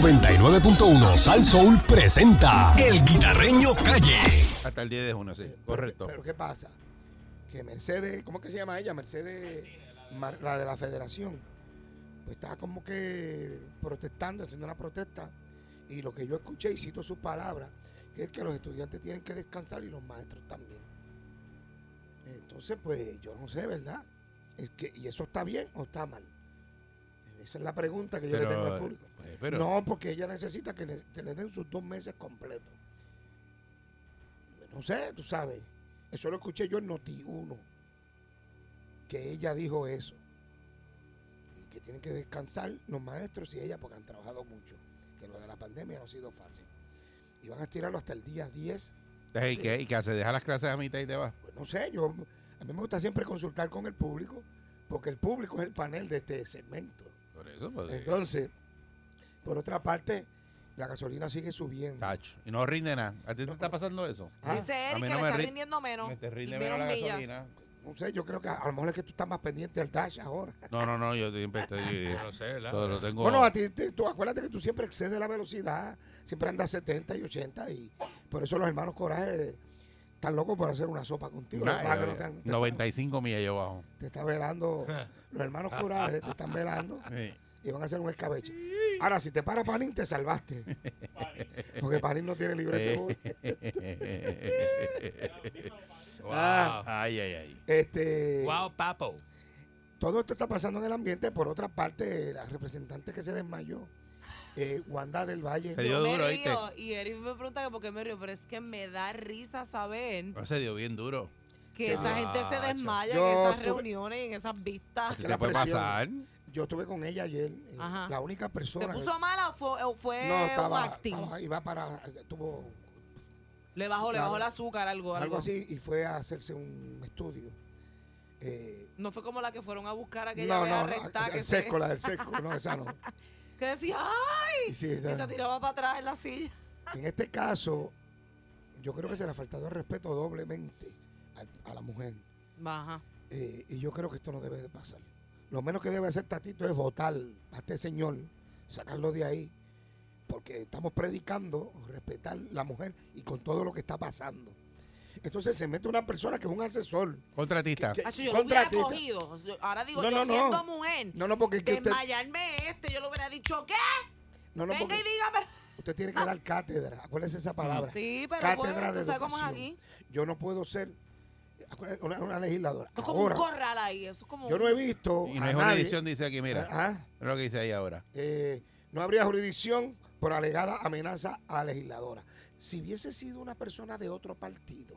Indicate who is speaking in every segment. Speaker 1: 99.1 Sal Soul presenta El Guitarreño Calle.
Speaker 2: Hasta el 10 de junio, sí. Correcto.
Speaker 3: Eh, Pero ¿qué pasa? Que Mercedes, ¿cómo es que se llama ella? Mercedes, Mar- la de la federación, pues estaba como que protestando, haciendo una protesta. Y lo que yo escuché, y cito sus palabras, que es que los estudiantes tienen que descansar y los maestros también. Entonces, pues yo no sé, ¿verdad? Es que, ¿Y eso está bien o está mal? Esa es la pregunta que yo le tengo al público.
Speaker 2: eh, pero-
Speaker 3: no, porque ella necesita que le, que le den sus dos meses completos. No sé, tú sabes. Eso lo escuché yo en Noti 1. Que ella dijo eso. Y que tienen que descansar los maestros y ella porque han trabajado mucho. Que lo de la pandemia no ha sido fácil. Y van a estirarlo hasta el día 10.
Speaker 2: Ey, ¿Y qué, ¿Y qué hace? ¿Deja las clases a mitad y te vas?
Speaker 3: Pues no sé, yo a mí me gusta siempre consultar con el público. Porque el público es el panel de este segmento.
Speaker 2: Por eso, pues. eh,
Speaker 3: Entonces, por otra parte, la gasolina sigue subiendo.
Speaker 2: tacho. Y no rinde nada. ¿A ti te está pasando eso?
Speaker 3: Ah,
Speaker 4: Dice
Speaker 2: a
Speaker 4: Eric
Speaker 2: mí
Speaker 4: que
Speaker 2: no
Speaker 4: le
Speaker 2: me
Speaker 4: está
Speaker 2: ri-
Speaker 4: rindiendo menos.
Speaker 2: Me te rinde menos
Speaker 4: menos
Speaker 2: la
Speaker 4: millas.
Speaker 2: gasolina.
Speaker 3: no sé, yo creo que a, a lo mejor es que tú estás más pendiente al dash ahora.
Speaker 2: No, no, no, yo pues, siempre estoy.
Speaker 5: No sé, ¿verdad?
Speaker 2: todo lo tengo.
Speaker 3: Bueno, a ti, te- tú acuérdate que tú siempre excedes la velocidad, siempre andas 70 y 80 y por eso los hermanos Coraje están locos por hacer una sopa contigo.
Speaker 2: Nah, eh,
Speaker 3: Lo que pasa es que
Speaker 2: yo-
Speaker 3: no te han- te,
Speaker 2: 95 millas yo bajo.
Speaker 3: te está velando, los hermanos Coraje te están velando
Speaker 2: Sí.
Speaker 3: y van a hacer un escabeche. Ahora, si te para Panín, te salvaste. Porque Panín no tiene libreto.
Speaker 5: Wow.
Speaker 3: Ah.
Speaker 2: Ay, ay, ay.
Speaker 3: Este,
Speaker 5: Wow, papo.
Speaker 3: todo esto está pasando en el ambiente. Por otra parte, la representante que se desmayó, eh, Wanda del Valle.
Speaker 2: Te dio
Speaker 4: Yo me
Speaker 2: duro, ¿viste?
Speaker 4: río y Eric me pregunta que por qué me río, pero es que me da risa saber
Speaker 2: No se dio bien duro.
Speaker 4: que
Speaker 3: Sí.
Speaker 4: esa gente se
Speaker 5: Chacho.
Speaker 4: desmaya
Speaker 3: Yo
Speaker 4: en esas
Speaker 3: tuve-
Speaker 4: reuniones y en esas vistas.
Speaker 3: Que
Speaker 2: ¿Qué
Speaker 3: la
Speaker 2: te puede
Speaker 3: presión.
Speaker 2: pasar?
Speaker 3: Yo estuve con ella ayer. eh,
Speaker 4: Ajá.
Speaker 3: la única
Speaker 4: ¿Te
Speaker 3: persona. que-
Speaker 4: puso mala o fue, o fue
Speaker 3: no,
Speaker 4: un
Speaker 3: estaba,
Speaker 4: acting?
Speaker 3: estaba- Iba para. Tuvo
Speaker 4: le bajó, le
Speaker 3: Claro.
Speaker 4: bajó el azúcar, algo, algo.
Speaker 3: algo así y fue a hacerse un estudio. Eh,
Speaker 4: No fue como la que fueron a buscar aquella
Speaker 3: no,
Speaker 4: vez a
Speaker 3: no, no.
Speaker 4: recta
Speaker 3: El
Speaker 4: que, se-
Speaker 3: sesco, la del sesco. No, esa no.
Speaker 4: que decía ¡ah!
Speaker 3: Y sí,
Speaker 4: y
Speaker 3: esa-
Speaker 4: se tiraba para atrás en la silla.
Speaker 3: En este caso, yo creo que se le ha faltado el respeto doblemente al- a la mujer.
Speaker 4: Ajá.
Speaker 3: Eh, y yo creo que esto no debe de pasar. Lo menos que debe hacer Tatito es votar a este señor, sacarlo de ahí, porque estamos predicando respetar la mujer y con todo lo que está pasando. Entonces se mete una persona que es un asesor.
Speaker 2: Contratista.
Speaker 3: Que- que-
Speaker 4: Acho, yo lo hubiera
Speaker 3: Eh, Contratista.
Speaker 4: cogido. Yo- Ahora digo,
Speaker 3: No,
Speaker 4: yo
Speaker 3: no, no.
Speaker 4: siendo mujer,
Speaker 3: No, no, porque es que usted,
Speaker 4: desmayarme este, yo lo hubiera dicho, ¿qué?
Speaker 3: no, no,
Speaker 4: Venga
Speaker 3: porque
Speaker 4: y dígame.
Speaker 3: usted tiene que dar cátedra. Acuérdese esa palabra.
Speaker 4: Sí, pero
Speaker 3: Cátedra
Speaker 4: pues,
Speaker 3: de
Speaker 4: tú sabes cómo es
Speaker 3: educación.
Speaker 4: aquí.
Speaker 3: Yo no puedo ser acuérdese, una, una legisladora.
Speaker 4: Es como un
Speaker 3: Ahora,
Speaker 4: corral ahí, eso es como
Speaker 3: yo no he visto
Speaker 2: Y no
Speaker 3: a
Speaker 2: es una
Speaker 3: nadie- Eh, ah,
Speaker 2: edición, dice aquí, mira.
Speaker 3: Ajá.
Speaker 2: Es lo que dice ahí ahora.
Speaker 3: eh, no habría jurisdicción por alegada amenaza a legisladora. Si hubiese sido una persona de otro partido,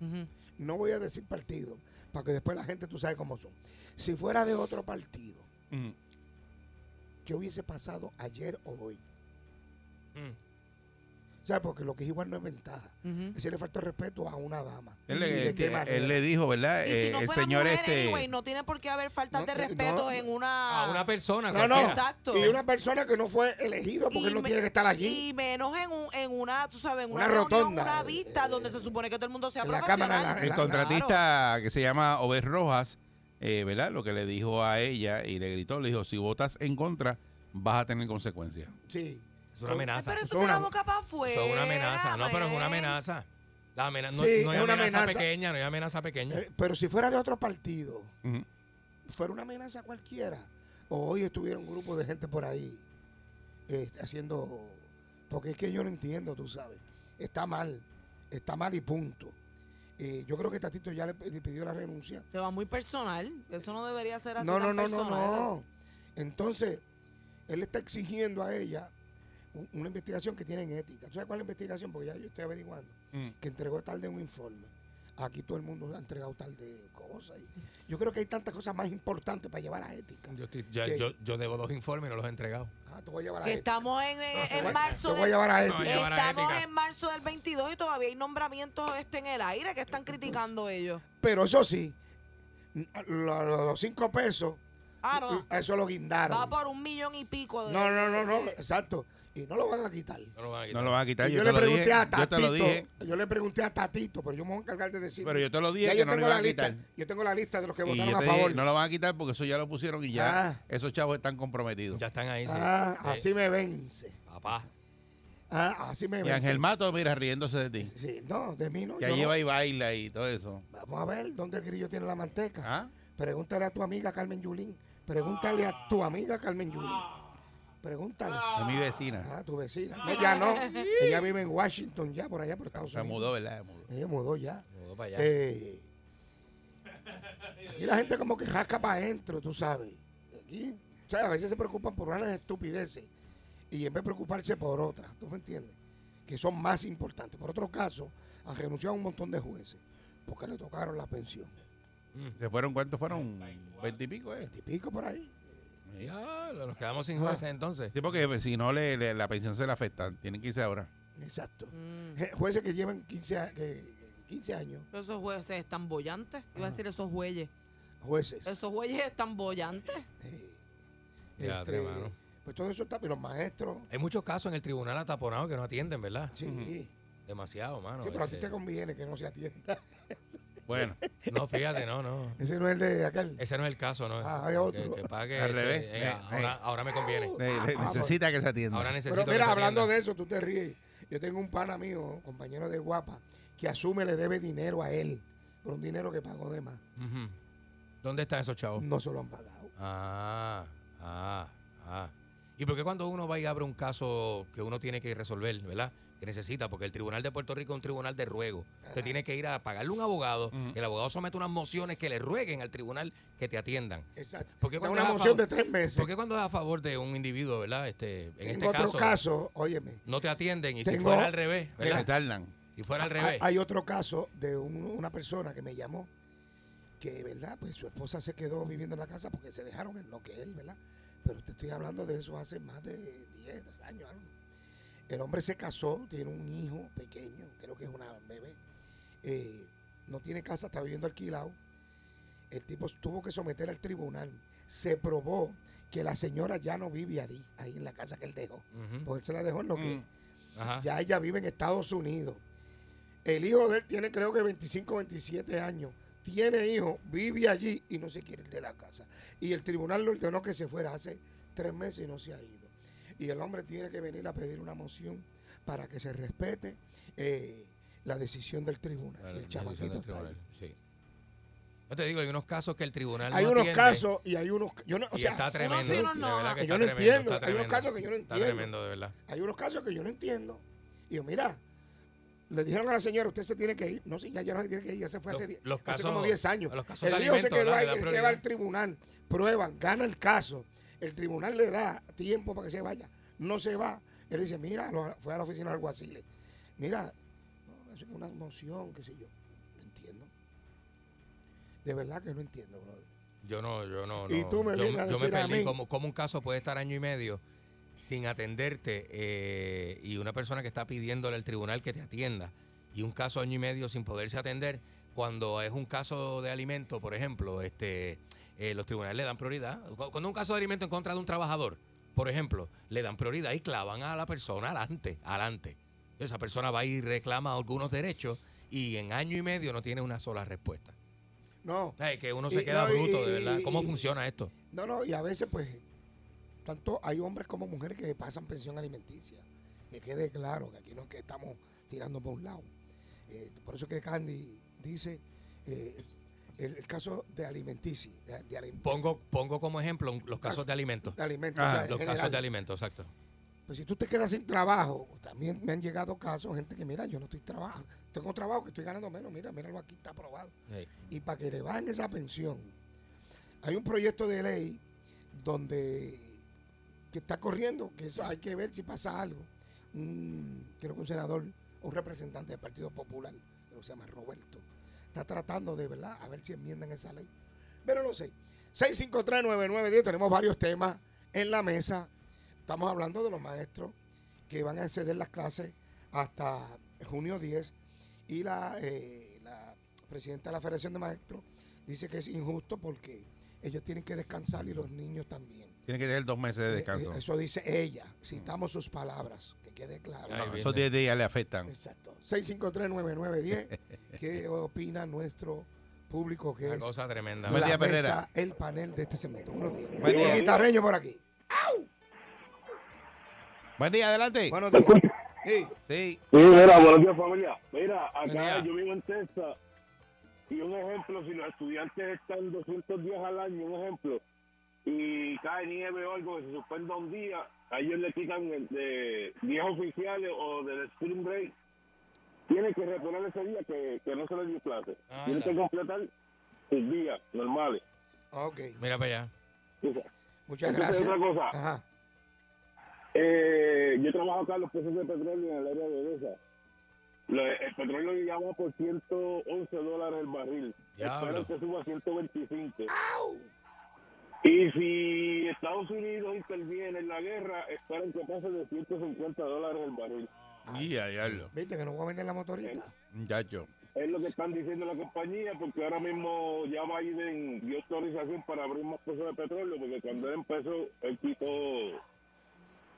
Speaker 4: Ujú.
Speaker 3: no voy a decir partido, para que después la gente tú sabes cómo son. Si fuera de otro partido,
Speaker 2: Mm.
Speaker 3: ¿qué hubiese pasado ayer o hoy?
Speaker 5: Mm.
Speaker 3: O sea, porque lo que es igual no es ventaja.
Speaker 4: Ujú.
Speaker 3: Que se le falta el respeto a una dama.
Speaker 2: Él
Speaker 3: ¿Y
Speaker 2: le, eh,
Speaker 3: de qué
Speaker 2: él
Speaker 3: manera?
Speaker 2: le dijo, ¿verdad?
Speaker 4: Y si
Speaker 2: Eh,
Speaker 4: no
Speaker 2: el
Speaker 4: fuera
Speaker 2: señor
Speaker 4: mujer,
Speaker 2: este.
Speaker 4: anyway, no tiene por qué haber falta
Speaker 3: No,
Speaker 4: de
Speaker 3: eh,
Speaker 4: respeto
Speaker 3: no.
Speaker 4: en una...
Speaker 5: A una persona.
Speaker 3: Ah. No, no.
Speaker 5: cualquiera.
Speaker 4: Exacto.
Speaker 3: Y una persona que no fue elegido porque él no
Speaker 4: me-
Speaker 3: tiene que estar allí.
Speaker 4: Y menos en, un, en una, tú sabes, en
Speaker 3: Una
Speaker 4: una, reunión,
Speaker 3: rotonda,
Speaker 4: una
Speaker 3: eh,
Speaker 4: vista donde se supone que todo el mundo sea
Speaker 3: en la
Speaker 4: profesional.
Speaker 3: cámara, la-
Speaker 2: El contratista que se llama Obed Rojas, eh, ¿verdad? Lo que le dijo a ella y le gritó, le dijo, si votas en contra, vas a tener consecuencias.
Speaker 3: Sí.
Speaker 5: Es una
Speaker 4: Ay,
Speaker 5: amenaza.
Speaker 4: pero
Speaker 3: Es
Speaker 4: eso te la
Speaker 3: una-
Speaker 4: boca para afuera. pues.
Speaker 5: Eso es una amenaza. No, pero es una
Speaker 4: man.
Speaker 5: amenaza. La amena- no,
Speaker 3: pues. Sí,
Speaker 5: no
Speaker 3: es
Speaker 5: hay
Speaker 3: una
Speaker 5: amenaza,
Speaker 3: amenaza.
Speaker 5: pequeña, no hay amenaza pequeña.
Speaker 3: Eh, pero si fuera de otro partido,
Speaker 2: Ujú.
Speaker 3: fuera una amenaza cualquiera, o hoy estuviera un grupo de gente por ahí eh, haciendo. Porque es que yo no entiendo, tú sabes. Está mal, está mal y punto. Eh, yo creo que Tatito ya le, le pidió la renuncia.
Speaker 4: Te va muy personal. Eso no debería ser así.
Speaker 3: No, no,
Speaker 4: tan
Speaker 3: no, no,
Speaker 4: personal.
Speaker 3: no. Entonces, él le está exigiendo a ella un- una investigación que tiene en ética. ¿Tú sabes cuál es la investigación? Porque ya yo estoy averiguando.
Speaker 2: Mm.
Speaker 3: Que entregó tarde un informe. Aquí todo el mundo ha entregado tarde cosas. y Yo creo que hay tantas cosas más importantes para llevar a ética.
Speaker 5: Yo, estoy- ya-
Speaker 3: ¿Qué?
Speaker 5: yo- yo debo dos informes y no los he entregado.
Speaker 3: Ah, te voy a llevar a
Speaker 4: Que
Speaker 3: ética.
Speaker 4: estamos en, en-
Speaker 3: Te
Speaker 4: en
Speaker 3: voy-
Speaker 4: marzo
Speaker 3: Te voy a
Speaker 4: del
Speaker 3: llevar a
Speaker 5: No,
Speaker 3: ética.
Speaker 5: llevar a
Speaker 4: Eh, Estamos
Speaker 5: ética.
Speaker 4: en marzo del 22 y todavía hay nombramientos este en el aire que están criticando ellos.
Speaker 3: Pero eso sí, lo- lo- los cinco pesos,
Speaker 4: Ah, no.
Speaker 3: eso lo guindaron.
Speaker 4: Va por un millón y pico. De
Speaker 3: No, no, no, no, exacto. Y no lo van a quitar.
Speaker 5: No lo van a
Speaker 2: No
Speaker 5: quitar.
Speaker 2: lo van a quitar.
Speaker 3: Y
Speaker 2: Yo,
Speaker 3: yo,
Speaker 2: te
Speaker 3: le
Speaker 2: lo
Speaker 3: pregunté
Speaker 2: dije.
Speaker 3: a
Speaker 2: Yo te lo
Speaker 3: Tatito.
Speaker 2: dije.
Speaker 3: Yo, le pregunté a Tatito, pero yo me voy a encargar de decir.
Speaker 2: Pero yo te lo
Speaker 3: Ya
Speaker 2: dije
Speaker 3: yo
Speaker 2: que no lo
Speaker 3: tengo
Speaker 2: iban
Speaker 3: la
Speaker 2: a
Speaker 3: lista.
Speaker 2: quitar.
Speaker 3: Yo tengo la lista de los que
Speaker 2: Y
Speaker 3: votaron
Speaker 2: yo
Speaker 3: a
Speaker 2: te dije,
Speaker 3: favor.
Speaker 2: no lo van a quitar porque eso ya lo pusieron y ya
Speaker 3: Ah.
Speaker 2: esos chavos están comprometidos.
Speaker 5: Ya están ahí. sí.
Speaker 3: Ah,
Speaker 5: Sí.
Speaker 3: así me vence.
Speaker 5: Papá.
Speaker 3: Ah, así me
Speaker 2: Y
Speaker 3: vence.
Speaker 2: Ángel Mato, mira, riéndose de ti.
Speaker 3: Sí, no, de mí no.
Speaker 2: Ya
Speaker 3: yo no.
Speaker 2: lleva y baila y todo eso.
Speaker 3: Vamos a ver dónde el grillo tiene la manteca.
Speaker 2: ¿Ah?
Speaker 3: Pregúntale a tu amiga Carmen Yulín. Pregúntale a tu amiga Carmen Yulín. Pregúntale.
Speaker 2: Esa es mi vecina.
Speaker 3: Ah, tu vecina. Ella no. Ella vive en Washington ya, por allá, por Estados
Speaker 2: Se
Speaker 3: Unidos.
Speaker 2: mudó, ¿verdad? Se mudó.
Speaker 3: Ella mudó ya.
Speaker 5: Mudó para allá.
Speaker 3: Eh, aquí la gente como que jasca para adentro, tú sabes. Aquí, o sea, a veces se preocupan por unas estupideces y en vez de preocuparse por otras, ¿tú me entiendes? Que son más importantes. Por otro caso, han renunciado un montón de jueces porque le tocaron la pensión.
Speaker 2: ¿Se fueron cuántos fueron? Veintipico, ¿eh?
Speaker 3: Y pico por ahí.
Speaker 5: Ya, nos quedamos sin
Speaker 3: Ah.
Speaker 5: jueces entonces.
Speaker 2: Sí, porque si no, le, le- la pensión se la afecta. Tienen que irse ahora.
Speaker 3: Exacto.
Speaker 4: Mm.
Speaker 3: Je- Jueces que llevan 15, a- que- 15 años,
Speaker 4: Pero Esos jueces están bollantes. Iba a decir esos jueces.
Speaker 3: jueces.
Speaker 4: Esos jueces están bollantes.
Speaker 3: eh,
Speaker 5: Ya,
Speaker 3: este,
Speaker 5: te, mano.
Speaker 3: pues todo eso está, pero los maestros.
Speaker 5: Hay muchos casos en el tribunal ataponados que no atienden, ¿verdad?
Speaker 3: Sí, sí,
Speaker 5: Demasiado, mano.
Speaker 3: pero a ti
Speaker 5: este.
Speaker 3: te conviene que no se atienda.
Speaker 2: Bueno,
Speaker 5: No, fíjate, no, no.
Speaker 3: Ese no es el de aquel.
Speaker 5: Ese no es el caso, ¿no?
Speaker 3: Ah, hay
Speaker 5: Que-
Speaker 3: otro.
Speaker 5: Que, pague.
Speaker 2: Al
Speaker 5: este,
Speaker 2: revés.
Speaker 5: eh,
Speaker 2: Eh,
Speaker 5: ahora,
Speaker 2: eh.
Speaker 5: ahora me conviene.
Speaker 2: le- le-
Speaker 3: vamos.
Speaker 2: necesita que se atienda.
Speaker 5: Ahora necesito.
Speaker 3: Pero mira, hablando de eso, tú te ríes. Yo tengo un pana mío, compañero de guapa, que asume le debe dinero a él por un dinero que pagó de más.
Speaker 5: ¿Dónde están esos chavos?
Speaker 3: No se lo han pagado.
Speaker 5: Ah, ah, ah. ¿Y por qué cuando uno va y abre un caso que uno tiene que resolver, ¿verdad? Que necesita, porque el Tribunal de Puerto Rico es un tribunal de ruego. Usted tiene que ir a pagarle un abogado,
Speaker 2: Ujú.
Speaker 5: el abogado somete unas mociones que le rueguen al tribunal que te atiendan.
Speaker 3: Exacto.
Speaker 5: ¿Por qué
Speaker 3: Da
Speaker 5: cuando
Speaker 3: una
Speaker 5: es a
Speaker 3: moción
Speaker 5: favor-
Speaker 3: de tres meses.
Speaker 5: ¿Por qué cuando es a favor de un individuo, ¿verdad? Este, en
Speaker 3: en
Speaker 5: este
Speaker 3: otro
Speaker 5: caso,
Speaker 3: caso, óyeme,
Speaker 5: no te atienden y si
Speaker 3: Tengo- Ah,
Speaker 5: fuera al revés,
Speaker 2: Mira, se
Speaker 5: ¿verdad?
Speaker 2: tardan.
Speaker 5: Si fuera al
Speaker 3: hay,
Speaker 5: revés.
Speaker 3: hay otro caso de un- una persona que me llamó que, ¿verdad? Pues su esposa se quedó viviendo en la casa porque se dejaron en lo que él, ¿verdad? Pero te estoy hablando de eso hace más de 10 años. algo. El hombre se casó, tiene un hijo pequeño, creo que es una bebé. eh, no tiene casa, está viviendo alquilado. El tipo tuvo que someter al tribunal. Se probó que la señora ya no vive ahí, ahí en la casa que él dejó.
Speaker 5: Ujú,
Speaker 3: Porque él se la dejó en lo que...
Speaker 2: Mm.
Speaker 5: Ajá.
Speaker 3: Pues, Ya ella vive en Estados Unidos. El hijo de él tiene creo que 25, 27 años. Tiene hijo, vive allí y no se quiere ir de la casa. Y el tribunal le ordenó que se fuera hace tres meses y no se ha ido. Y el hombre tiene que venir a pedir una moción para que se respete eh, la decisión del tribunal.
Speaker 5: Claro,
Speaker 3: Y el
Speaker 5: la
Speaker 3: chamaquito
Speaker 5: decisión del
Speaker 3: está
Speaker 5: tribunal,
Speaker 3: ahí.
Speaker 5: sí. No te digo, hay unos casos que el tribunal
Speaker 3: Hay
Speaker 5: no
Speaker 3: unos
Speaker 5: atiende
Speaker 3: casos y hay unos... Yo no, o
Speaker 5: y
Speaker 3: sea,
Speaker 5: está
Speaker 4: unos
Speaker 5: tremendo.
Speaker 4: sí, unos
Speaker 5: de
Speaker 4: no.
Speaker 5: verdad que
Speaker 3: Que yo
Speaker 5: está
Speaker 3: no
Speaker 5: tremendo,
Speaker 3: entiendo,
Speaker 5: está
Speaker 3: hay unos
Speaker 5: tremendo.
Speaker 3: casos que yo no
Speaker 5: Está
Speaker 3: entiendo.
Speaker 5: tremendo, de verdad.
Speaker 3: Hay unos casos que yo no entiendo. Y yo, mira, le dijeron a la señora, usted se tiene que ir. No, sí, ya, ya no se tiene que ir, ya se fue
Speaker 5: Los-
Speaker 3: hace, die-
Speaker 5: los
Speaker 3: hace
Speaker 5: casos-
Speaker 3: como 10 años.
Speaker 5: los casos de
Speaker 3: el hijo se
Speaker 5: alimento,
Speaker 3: quedó
Speaker 5: ¿verdad?
Speaker 3: ahí,
Speaker 5: Que da
Speaker 3: él lleva
Speaker 5: prioridad.
Speaker 3: al tribunal, prueban, gana el caso. El tribunal le da tiempo para que se vaya. No se va. Él dice, mira, lo- fue a la oficina de alguaciles. Mira, no, es una moción, qué sé yo. No entiendo. De verdad que no entiendo, brother.
Speaker 5: Yo no, yo no.
Speaker 3: Y
Speaker 5: no.
Speaker 3: tú me
Speaker 5: yo,
Speaker 3: vienes a
Speaker 5: yo me
Speaker 3: decir a
Speaker 5: perdí
Speaker 3: mí.
Speaker 5: como, como un caso puede estar año y medio sin atenderte eh, y una persona que está pidiéndole al tribunal que te atienda y un caso año y medio sin poderse atender cuando es un caso de alimento, por ejemplo, este, eh, los tribunales le dan prioridad. Cu- Cuando un caso de alimento en contra de un trabajador, por ejemplo, le dan prioridad y clavan a la persona adelante, adelante. Esa persona va y reclama algunos derechos y en año y medio no tiene una sola respuesta.
Speaker 3: No,
Speaker 5: Ay, que uno se
Speaker 3: Y-
Speaker 5: queda
Speaker 3: no, y-
Speaker 5: bruto, de verdad.
Speaker 3: y-
Speaker 5: ¿Cómo
Speaker 3: y-
Speaker 5: funciona esto?
Speaker 3: No, no, y a veces pues tanto hay hombres como mujeres que pasan pensión alimenticia. Que quede claro que aquí no es que estamos tirando por un lado. Eh, por eso que Candy dice eh, el, el caso de alimenticia, de, de alim-
Speaker 5: Pongo, pongo como ejemplo un- los casos de alimentos.
Speaker 3: de alimentos.
Speaker 2: Ah,
Speaker 3: o sea, en
Speaker 5: Los
Speaker 3: general.
Speaker 5: casos de alimentos, exacto.
Speaker 3: Pues si tú te quedas sin trabajo, también me han llegado casos, gente que mira, yo no estoy trabajando, tengo trabajo que estoy ganando menos, mira, míralo aquí, está aprobado.
Speaker 5: Sí.
Speaker 3: y para que le bajen esa pensión. Hay un proyecto de ley donde que está corriendo, que eso hay que ver si pasa algo. Un- creo que un senador, un representante del Partido Popular, creo que se llama Roberto, está tratando de, ¿verdad?, a ver si enmiendan esa ley. Pero no sé. 6539910, tenemos varios temas en la mesa. Estamos hablando de los maestros que van a ceder las clases hasta junio 10 y la, eh, la presidenta de la Federación de Maestros dice que es injusto porque ellos tienen que descansar y los niños también.
Speaker 2: Tiene que tener dos meses de
Speaker 3: Eh,
Speaker 2: descanso.
Speaker 3: eh, Eso dice ella. Citamos sus palabras, que quede claro.
Speaker 5: Ay,
Speaker 2: No,
Speaker 5: bien.
Speaker 2: esos 10 días le afectan.
Speaker 3: Exacto. 6539910. ¿Qué opina nuestro público que
Speaker 5: Una
Speaker 3: es
Speaker 5: cosa tremenda.
Speaker 2: Buen
Speaker 3: la
Speaker 2: día,
Speaker 3: mesa,
Speaker 2: Perrera.
Speaker 3: el panel de este segmento? Buenos días.
Speaker 2: Buen día.
Speaker 3: Y guitarreño por aquí.
Speaker 2: Buen día, adelante.
Speaker 3: Buenos días. Sí.
Speaker 2: Sí.
Speaker 6: Sí, mira, buenos días familia. Mira, acá
Speaker 5: Mira.
Speaker 6: yo vivo en Texas y un ejemplo, si los estudiantes están 200 días al año, un ejemplo, y cae nieve o algo que se suspenda un día, a ellos le quitan el de 10 oficiales o del spring break, tienen que reponer ese día que, que no se les dio clase.
Speaker 5: Anda.
Speaker 6: Tienen que completar sus días normales.
Speaker 3: Ok.
Speaker 5: Mira para allá.
Speaker 6: O sea,
Speaker 3: Muchas
Speaker 6: Entonces,
Speaker 3: gracias.
Speaker 6: otra cosa.
Speaker 3: Ajá.
Speaker 6: Eh, yo trabajo acá en los precios de petróleo en el área de Odessa. Lo- El petróleo ya va por 111 dólares el barril.
Speaker 5: Diablo.
Speaker 6: Espero que suba a 125. Y si Estados Unidos interviene en la guerra, esperan que pase de 150 dólares el barril.
Speaker 2: Y a diablo.
Speaker 3: Viste que no voy a vender la motorita.
Speaker 2: Muchacho.
Speaker 6: Es lo que están diciendo la compañía, porque ahora mismo ya Biden dio autorización para abrir más pozos de petróleo, porque cuando él empezó, él quitó,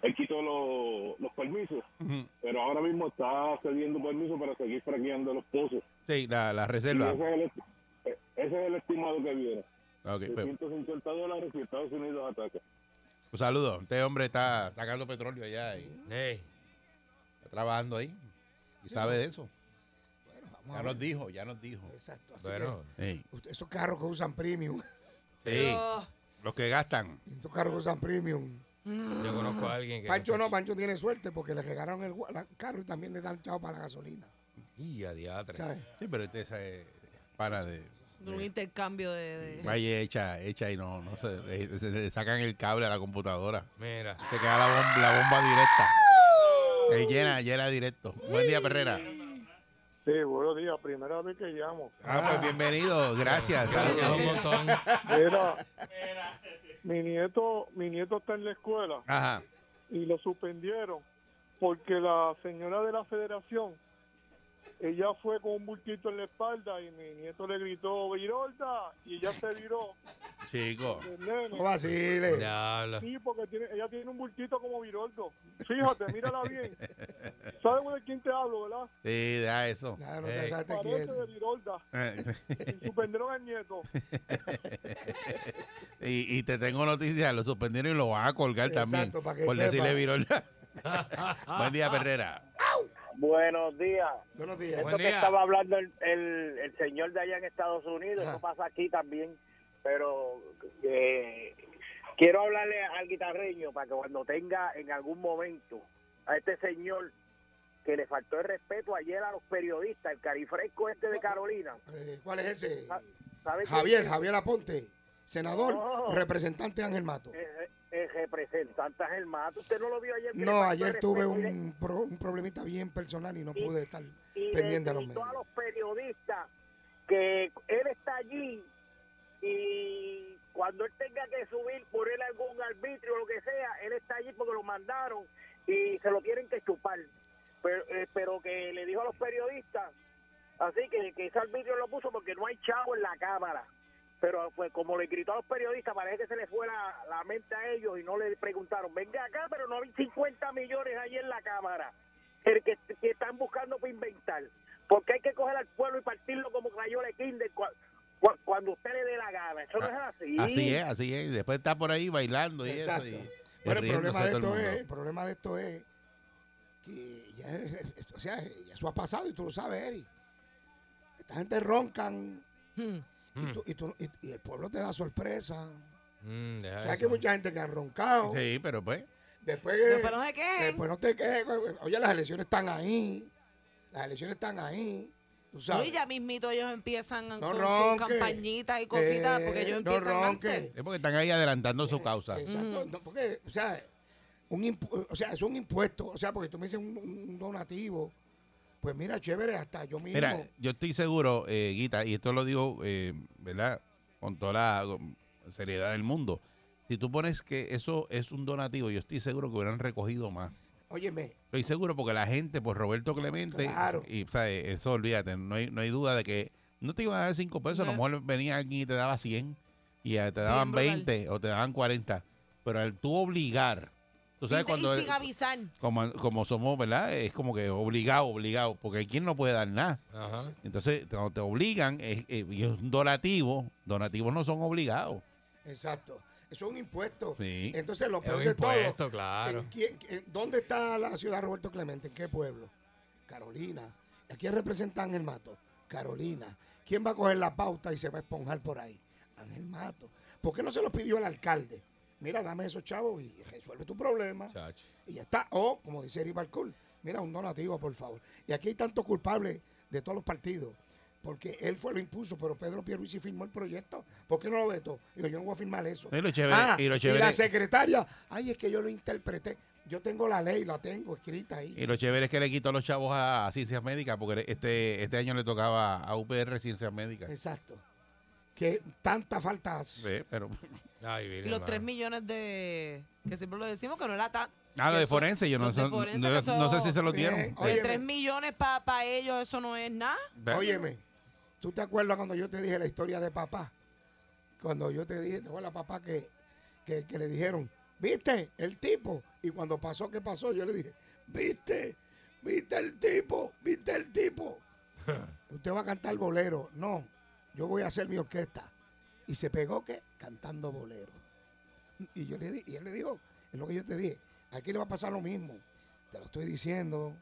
Speaker 6: él quitó los- los permisos.
Speaker 2: Ujú.
Speaker 6: pero ahora mismo está cediendo permiso para seguir fraqueando los pozos.
Speaker 2: Sí, la, la
Speaker 6: Y
Speaker 2: reserva.
Speaker 6: ese, es el, est- eh, ese es el estimado que viene.
Speaker 2: Ok,
Speaker 6: De
Speaker 2: pues,
Speaker 6: 150 dólares si Estados Unidos ataca.
Speaker 2: un saludo. Este hombre está sacando petróleo allá y
Speaker 5: Ey,
Speaker 2: está trabajando ahí. Y sabe de eso.
Speaker 3: Bueno, vamos
Speaker 2: Ya
Speaker 3: a ver.
Speaker 2: nos dijo, ya nos dijo.
Speaker 3: Exacto. Así
Speaker 5: bueno,
Speaker 2: Ey,
Speaker 3: que, usted- esos carros que usan premium.
Speaker 2: ey, los que gastan.
Speaker 3: Esos carros que usan premium.
Speaker 5: yo conozco a alguien que.
Speaker 3: Pancho no, Pancho tiene suerte porque le regalaron el, gua- la- carro y también le dan chavo para la gasolina.
Speaker 5: Y a diatre.
Speaker 3: ¿Sabes?
Speaker 2: Sí, pero este es eh, pana de
Speaker 4: De un intercambio de. de-
Speaker 2: valle hecha, hecha y no, no se, le- se le sacan el cable a la computadora.
Speaker 5: Mira.
Speaker 2: Se queda la bomba, la bomba directa. Eh, llena, llena directo. Buen día, Perrera.
Speaker 7: Sí, buenos días, primera vez que llamo.
Speaker 2: Ah, pues bienvenido. Gracias.
Speaker 5: Gracias
Speaker 2: Saludos.
Speaker 5: un montón.
Speaker 7: Mira, mi nieto, mi nieto está en la escuela
Speaker 2: Ajá.
Speaker 7: y lo suspendieron porque la señora de la federación, ella fue con un bultito en la espalda y mi nieto le gritó, virolda, y ella se viró.
Speaker 2: Chico.
Speaker 7: el nene.
Speaker 3: No vacile.
Speaker 5: Diablo.
Speaker 7: Sí, porque tiene, ella tiene un bultito como viroldo. Fíjate, mírala bien. ¿Sabes de quién te hablo, verdad?
Speaker 2: Sí, da eso.
Speaker 3: Ya, no
Speaker 5: Ey.
Speaker 3: te, date
Speaker 7: Parece
Speaker 3: quieto.
Speaker 7: de virolda. Y suspendieron al nieto.
Speaker 2: y, y te tengo noticias, lo suspendieron y lo van a colgar
Speaker 3: Exacto,
Speaker 2: también.
Speaker 3: para que
Speaker 2: por
Speaker 3: sepa.
Speaker 2: decirle virolda. Buen día, Perrera.
Speaker 8: Buenos días.
Speaker 3: Buenos días.
Speaker 5: Buen
Speaker 8: Esto que
Speaker 5: día.
Speaker 8: estaba hablando el, el- el señor de allá en Estados Unidos,
Speaker 3: Ajá.
Speaker 8: eso pasa aquí también, pero eh, quiero hablarle al guitarreño para que cuando tenga en algún momento a este señor que le faltó el respeto ayer a los periodistas, el carifresco este de Carolina.
Speaker 3: Eh, ¿Cuál es ese?
Speaker 8: Ja- ¿sabe quién
Speaker 3: Javier,
Speaker 8: es?
Speaker 3: Javier Aponte, senador,
Speaker 8: No.
Speaker 3: representante de Ángel Mato.
Speaker 8: Eh, eh, representante Ángel Mato. ¿Usted no lo vio ayer? que le
Speaker 3: No,
Speaker 8: faltó el
Speaker 3: ayer tuve
Speaker 8: respeto y le-
Speaker 3: un, pro- un problemita bien personal y no
Speaker 8: Y-
Speaker 3: pude estar
Speaker 8: y le
Speaker 3: pendiente a los
Speaker 8: gritó
Speaker 3: medios.
Speaker 8: a los periodistas que él está allí y cuando él tenga que subir por él algún arbitrio o lo que sea, él está allí porque lo mandaron y se lo tienen que chupar. Pero, eh, pero que le dijo a los periodistas, así que, que ese arbitrio lo puso porque no hay chavo en la cámara. Pero pues como le gritó a los periodistas, parece que se le fue la, la mente a ellos y no le preguntaron, venga acá, pero no hay 50 millones ahí en la cámara el que, que están buscando para inventar. Porque hay que coger al pueblo y partirlo como crayola de kinder cua- cua- cuando usted le dé la gana. Eso no es así.
Speaker 2: Ah, Así es, así es. Después está por ahí bailando y
Speaker 3: Exacto.
Speaker 2: eso. y- Y,
Speaker 3: Bueno, el
Speaker 2: riéndose
Speaker 3: problema de
Speaker 2: todo
Speaker 3: esto
Speaker 2: el
Speaker 3: es,
Speaker 2: mundo.
Speaker 3: el problema de esto es que ya, es- es- o sea, ya eso ha pasado y tú lo sabes, Eri. Esta gente roncan
Speaker 4: Hmm.
Speaker 3: y, tú- y tú- y- y el pueblo te da sorpresa.
Speaker 5: Mm, deja
Speaker 3: Hay que
Speaker 5: eso.
Speaker 3: hay mucha gente que ha roncado.
Speaker 2: Sí, pero pues.
Speaker 3: Después,
Speaker 4: Después no se quejen.
Speaker 3: después no te quejes. pues, Oye, las elecciones están ahí. Las elecciones están ahí. Tú
Speaker 4: No,
Speaker 3: sabes.
Speaker 4: y ya mismito ellos empiezan
Speaker 3: No
Speaker 4: con sus
Speaker 3: ronque.
Speaker 4: campañitas y cositas, porque
Speaker 3: Eh,
Speaker 4: ellos
Speaker 3: no
Speaker 4: empiezan
Speaker 3: ronque.
Speaker 4: antes.
Speaker 2: Es porque están ahí adelantando su causa.
Speaker 3: Exacto, no, porque, o sea, un impu- o sea, es un impuesto, o sea, porque tú me dices un, un donativo, pues mira, chévere, hasta yo mismo.
Speaker 2: Mira, yo estoy seguro, eh, Guita, y esto lo digo, eh, ¿verdad? Con toda la con seriedad del mundo. Si tú pones que eso es un donativo, yo estoy seguro que hubieran recogido más.
Speaker 3: Óyeme,
Speaker 2: Estoy seguro porque la gente, pues Roberto Clemente,
Speaker 3: Claro.
Speaker 2: y ¿sabes? eso olvídate, no hay, no hay duda de que no te iban a dar cinco pesos, a lo
Speaker 4: No.
Speaker 2: mejor venía alguien y te daba 100, y eh, te daban
Speaker 4: brutal.
Speaker 2: 20 o te daban 40, pero al tú obligar, tú sabes
Speaker 4: Y-
Speaker 2: cuando
Speaker 4: y
Speaker 2: el-
Speaker 4: sin avisar.
Speaker 2: como, como somos, ¿verdad? Es como que obligado, obligado, porque hay quien no puede dar nada.
Speaker 5: Ajá.
Speaker 2: Entonces, cuando te obligan, es, es- y es un donativo, donativos no son obligados.
Speaker 3: Exacto. Eso es un impuesto.
Speaker 2: Sí.
Speaker 3: Entonces, lo
Speaker 5: Es
Speaker 3: peor
Speaker 5: un
Speaker 3: de
Speaker 5: impuesto,
Speaker 3: todo.
Speaker 5: claro.
Speaker 3: ¿en quién- en ¿Dónde está la ciudad Roberto Clemente? ¿En qué pueblo? Carolina. ¿A quién representan el mato? Carolina. ¿Quién va a coger la pauta y se va a esponjar por ahí? Ángel Mato. ¿Por qué no se lo pidió al alcalde? Mira, dame esos chavos y resuelve tu problema.
Speaker 5: Chacho.
Speaker 3: Y ya está. O, como dice Eri Balcour, mira, un donativo, por favor. Y aquí hay tantos culpables de todos los partidos, porque él fue lo impuso, pero Pedro Pierluisi firmó el proyecto. ¿Por qué no lo vetó? Digo, yo no voy a firmar eso.
Speaker 2: Y lo chévere-
Speaker 3: Ah,
Speaker 2: y lo
Speaker 3: la
Speaker 2: chévere-
Speaker 3: secretaria, ay, es que yo lo interpreté. Yo tengo la ley, la tengo escrita ahí.
Speaker 2: Y lo chévere es que le quitó los chavos a, a Ciencias Médicas, porque este, este año le tocaba a UPR Ciencias Médicas.
Speaker 3: Exacto. Que tanta falta hace.
Speaker 2: Sí, pero,
Speaker 5: Ay, Virgen
Speaker 4: Los
Speaker 5: María.
Speaker 4: 3 millones de. que siempre lo decimos que no era tan.
Speaker 2: ah, lo de
Speaker 4: eso-
Speaker 2: forense, yo no,
Speaker 4: los de
Speaker 2: sé-
Speaker 4: forense
Speaker 2: no-
Speaker 4: que
Speaker 2: no sé
Speaker 4: son-
Speaker 2: si se los
Speaker 3: Bien,
Speaker 2: dieron.
Speaker 3: oye,
Speaker 4: de
Speaker 3: Óyeme.
Speaker 4: 3 millones para ellos, eso no es nada.
Speaker 2: ¿Ve?
Speaker 3: Óyeme, ¿tú te acuerdas cuando yo te dije la historia de papá? Cuando yo te dije, ¿te acuerdas papá que, que, que le dijeron, viste el tipo? Y cuando pasó, ¿qué pasó? Yo le dije, viste, viste el tipo, viste el tipo. Usted va a cantar bolero. No, yo voy a hacer mi orquesta. Y se pegó, ¿qué? Cantando bolero. Y yo le di- y él le dijo, es lo que yo te dije, aquí le va a pasar lo mismo. Te lo estoy diciendo.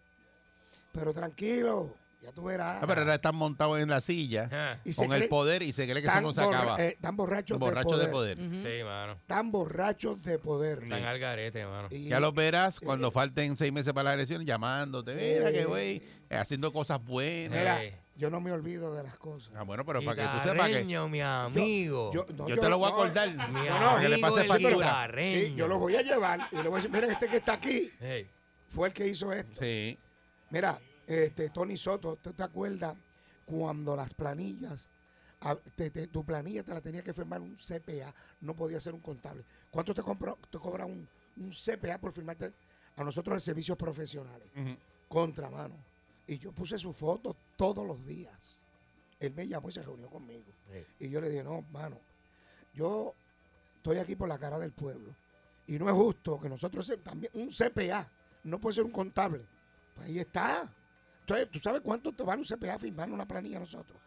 Speaker 3: Pero tranquilo, ya tú verás.
Speaker 2: Ah, pero ahora están montados en la silla
Speaker 5: Ah,
Speaker 3: Y se
Speaker 2: con el
Speaker 3: cree-
Speaker 2: poder y se cree que eso
Speaker 3: tan
Speaker 2: no se
Speaker 3: borra-
Speaker 2: acaba.
Speaker 3: eh, tan borrachos
Speaker 2: Borracho
Speaker 3: de
Speaker 2: de
Speaker 3: poder.
Speaker 2: poder.
Speaker 5: Sí, mano.
Speaker 3: Tan borrachos de poder.
Speaker 5: Están al garete, mano.
Speaker 3: Y- eh,
Speaker 2: Ya los verás cuando falten seis meses para las elecciones llamándote.
Speaker 3: Sí.
Speaker 2: Mira que güey, eh, haciendo cosas buenas.
Speaker 3: Mira,
Speaker 5: Eh.
Speaker 3: yo no me olvido de las cosas.
Speaker 2: Ah, bueno, pero para que tú sepas que
Speaker 5: Guitarreño, mi amigo.
Speaker 3: Yo, no,
Speaker 2: yo te lo voy a
Speaker 3: no,
Speaker 2: acordar.
Speaker 5: Mi
Speaker 2: para que le
Speaker 5: amigo
Speaker 2: pase
Speaker 5: el
Speaker 2: factura.
Speaker 5: guitarreño.
Speaker 3: Sí, yo lo voy a llevar y le voy a decir, miren, este que está aquí
Speaker 5: Ey,
Speaker 3: fue el que hizo esto.
Speaker 2: Sí.
Speaker 3: Mira, este Tony Soto, ¿tú te acuerdas cuando las planillas, a- te- te- tu planilla te la tenía que firmar un CPA, no podía ser un contable? ¿Cuánto te, compro- te cobra un, un CPA por firmarte a nosotros en servicios profesionales? Contra mano. Y yo puse su foto todos los días. Él me llamó y se reunió conmigo.
Speaker 5: ey.
Speaker 3: Y yo le dije, no, mano, yo estoy aquí por la cara del pueblo. Y no es justo que nosotros se- también, un CPA, no puede ser un contable. Pues ahí está. Entonces, ¿tú sabes cuánto te vale un CPA firmar una planilla a nosotros?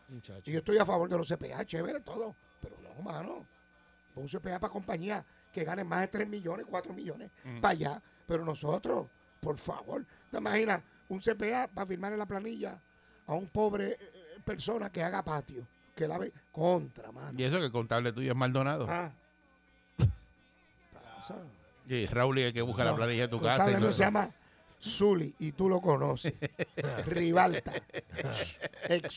Speaker 3: Y yo estoy a favor de los CPA, chévere, todo. Pero no, mano. Pon Un CPA para compañías que ganen más de 3 millones, 4 millones, para allá. Pero nosotros, por favor, ¿te imaginas un CPA para firmar en la planilla a un pobre eh, eh, persona que haga patio? Que la ve contra, mano.
Speaker 2: Y eso que el contable tuyo es Maldonado.
Speaker 3: Ah. Pasa.
Speaker 2: Y Raúl es el que busca la
Speaker 3: No,
Speaker 2: planilla de tu
Speaker 3: Contable
Speaker 2: casa. y
Speaker 3: mío
Speaker 2: no-
Speaker 3: se llama Zuli y tú lo conoces. Rivalta. Ex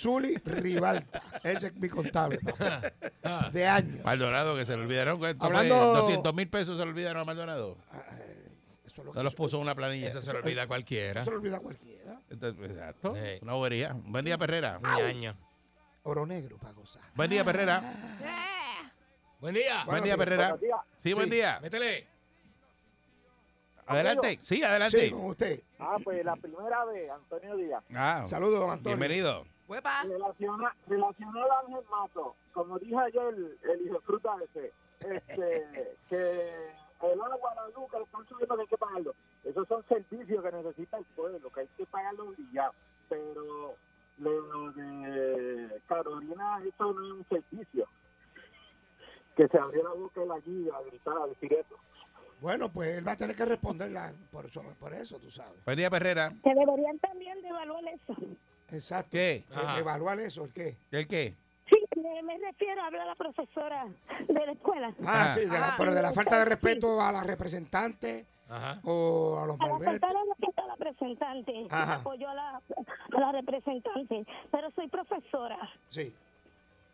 Speaker 3: Zuli Rivalta. Ese es mi contable, papá. De años.
Speaker 2: Maldonado, que se le olvidaron. ¿cuánto fue?
Speaker 3: Hablando- Ah,
Speaker 2: 200 mil pesos se le olvidaron a Maldonado.
Speaker 3: Eso es lo
Speaker 2: No
Speaker 3: que
Speaker 2: los ¿eh?
Speaker 3: yo-
Speaker 2: puso en una planilla.
Speaker 5: Eso se lo olvida a cualquiera.
Speaker 3: eso lo olvida cualquiera.
Speaker 2: Entonces, pues, exacto.
Speaker 5: Ey.
Speaker 2: Una bobería. Buen día, Perrera.
Speaker 3: Ah.
Speaker 5: Mi aña.
Speaker 3: Oro negro para gozar.
Speaker 2: Buen día, Perrera.
Speaker 4: Eh,
Speaker 5: Buen día.
Speaker 2: Buen día,
Speaker 3: días,
Speaker 2: Perrera.
Speaker 8: días.
Speaker 2: Sí, buen
Speaker 3: Sí.
Speaker 2: día.
Speaker 5: Métele.
Speaker 2: Adelante. Sí,
Speaker 3: Sí,
Speaker 2: adelante.
Speaker 3: con usted.
Speaker 8: Ah, pues la primera vez, Antonio Díaz.
Speaker 2: Ah,
Speaker 3: Saludos, don Antonio.
Speaker 2: bienvenido.
Speaker 4: Huepa.
Speaker 8: Relaciona, relacionado a Ángel Mato, como dije ayer, el, el hijo de fruta ese, este, que el agua, la luz, que están subiendo, que hay que pagarlo. Esos son servicios que necesita el pueblo, que hay que pagarlo y ya. Pero lo de Carolina, eso no es un servicio. Que se abrió la boca él allí a gritar, a decir eso.
Speaker 3: Bueno, pues él va a tener que responderla por eso, por eso tú sabes.
Speaker 2: Buen día, Perrera.
Speaker 9: Que deberían también de evaluar eso.
Speaker 3: Exacto.
Speaker 2: ¿Qué?
Speaker 3: Eh,
Speaker 5: Ajá.
Speaker 3: Evaluar eso, ¿el qué?
Speaker 2: ¿El qué?
Speaker 9: Sí, me, me refiero, hablo a la profesora de la escuela.
Speaker 3: Ah,
Speaker 2: Ah.
Speaker 3: sí, de la-
Speaker 4: Ah.
Speaker 3: pero de la falta de respeto a la representante
Speaker 5: Ajá.
Speaker 3: o a los
Speaker 9: A la
Speaker 3: malvertes.
Speaker 9: profesora que está la representante.
Speaker 3: Ajá.
Speaker 9: Apoyó a la, a la representante. Pero soy profesora.
Speaker 3: Sí.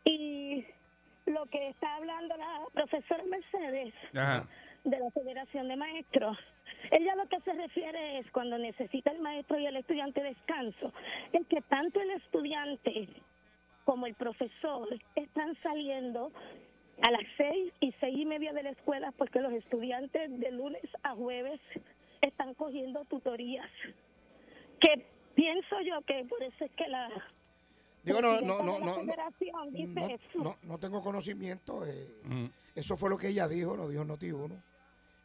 Speaker 9: Y lo que está hablando la profesora Mercedes
Speaker 2: Ajá.
Speaker 9: de la Federación de Maestros. Ella lo que se refiere es cuando necesita el maestro y el estudiante descanso, es que tanto el estudiante como el profesor están saliendo a las seis y seis y media de la escuela porque los estudiantes de lunes a jueves están cogiendo tutorías. Que pienso yo que por eso es que la
Speaker 3: Digo, no, no,
Speaker 9: presidenta
Speaker 3: no,
Speaker 9: de la
Speaker 3: no, no,
Speaker 9: federación dice
Speaker 3: no,
Speaker 9: eso.
Speaker 3: no, no tengo conocimiento. eh,
Speaker 2: Mm.
Speaker 3: Eso fue lo que ella dijo, lo dijo Noti1.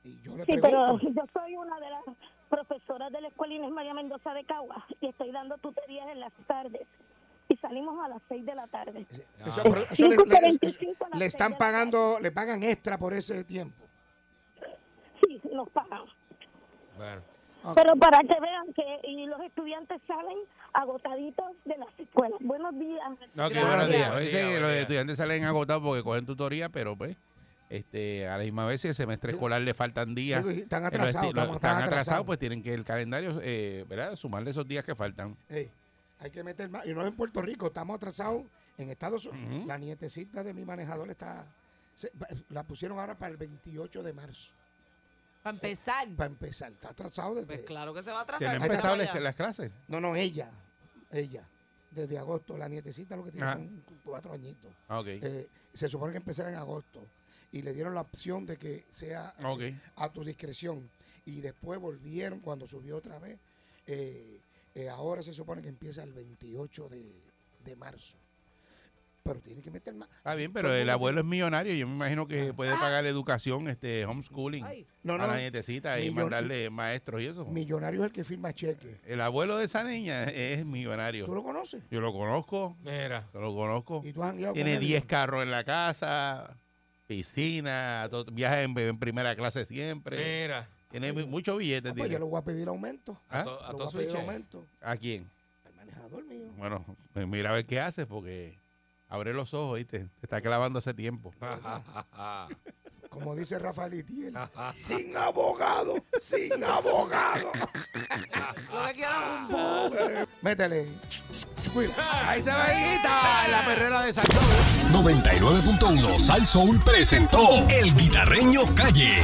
Speaker 3: Y yo le
Speaker 9: Sí, pero
Speaker 3: pregunto,
Speaker 9: yo soy una de las profesoras de la escuela Inés María Mendoza de Cagua y estoy dando tutorías en las tardes y salimos a las 6 de la tarde.
Speaker 3: eso- pero eso le,
Speaker 9: Cinco
Speaker 3: le-
Speaker 9: cuarenta
Speaker 3: le están pagando, le pagan extra por ese tiempo.
Speaker 9: Sí, nos pagan.
Speaker 5: Bueno.
Speaker 9: Pero para que vean que y los estudiantes salen agotaditos de las escuelas. Buenos días.
Speaker 2: Ok, buenos días. Hoy sí, los estudiantes salen agotados porque cogen tutoría, pero pues este, a la misma vez si el semestre escolar le faltan días.
Speaker 3: Sí, están
Speaker 2: eh, los
Speaker 3: atrasados,
Speaker 2: esti- los-
Speaker 3: estamos-
Speaker 2: están
Speaker 3: están
Speaker 2: atrasados,
Speaker 3: atrasados.
Speaker 2: pues tienen que el calendario, eh, ¿verdad? Sumarle esos días que faltan.
Speaker 3: Ey, hay que meter más. Y no es en Puerto Rico, estamos atrasados en Estados Unidos. La nietecita de mi manejador está. se- la pusieron ahora para el 28 de marzo.
Speaker 4: Para empezar.
Speaker 3: Para empezar, está atrasado desde.
Speaker 4: Pues claro que se va a atrasar.
Speaker 2: ¿Tienen
Speaker 4: si
Speaker 2: empezado
Speaker 4: estamos
Speaker 2: las,
Speaker 4: allá.
Speaker 2: las clases?
Speaker 3: No, no, ella. Ella. Desde agosto. La nietecita lo que tiene
Speaker 2: Ah.
Speaker 3: son cuatro añitos.
Speaker 2: Ah, ok.
Speaker 3: Eh, se supone que empezará en agosto. Y le dieron la opción de que sea eh,
Speaker 2: Ok.
Speaker 3: a tu discreción. Y después volvieron cuando subió otra vez. Eh, eh, ahora se supone que empieza el 28 de, de marzo. Pero tiene que meter más.
Speaker 2: Está Ah, bien, pero
Speaker 3: Todo
Speaker 2: el
Speaker 3: mundo-
Speaker 2: abuelo es millonario. Yo me imagino que puede pagar la educación, este homeschooling
Speaker 4: Ay.
Speaker 3: No, no.
Speaker 2: a la nietecita y
Speaker 3: Millon-
Speaker 2: mandarle maestros y eso.
Speaker 3: Millonario es el que firma cheque.
Speaker 2: El abuelo de esa niña es millonario.
Speaker 3: ¿Tú lo conoces?
Speaker 2: Yo lo conozco,
Speaker 5: Mira.
Speaker 2: yo lo conozco.
Speaker 3: ¿Y tú has jangueado con
Speaker 2: Oh, Tiene
Speaker 3: él?
Speaker 2: 10 carros en la casa, piscina, to- viaja en, en primera clase siempre.
Speaker 5: Mira.
Speaker 2: Tiene mu- muchos billetes.
Speaker 3: Ah, pues
Speaker 2: tiene.
Speaker 3: yo le voy a pedir aumento.
Speaker 2: ¿Ah?
Speaker 5: A, to- a
Speaker 3: Le voy
Speaker 5: todos
Speaker 3: a pedir
Speaker 5: switches.
Speaker 3: aumento
Speaker 2: ¿A quién?
Speaker 3: al manejador mío.
Speaker 2: Bueno, pues mira a ver qué haces porque abre los ojos, ¿viste? Te está clavando hace tiempo.
Speaker 5: Ah,
Speaker 3: Como dice Rafael Itiel, sin abogado, sin abogado.
Speaker 4: Lo que quiero es un bu-
Speaker 3: Métele. Chucuila.
Speaker 2: ¡Ahí se va La perrera de
Speaker 1: 99.1 Sal Soul presentó El Guitarreño Calle.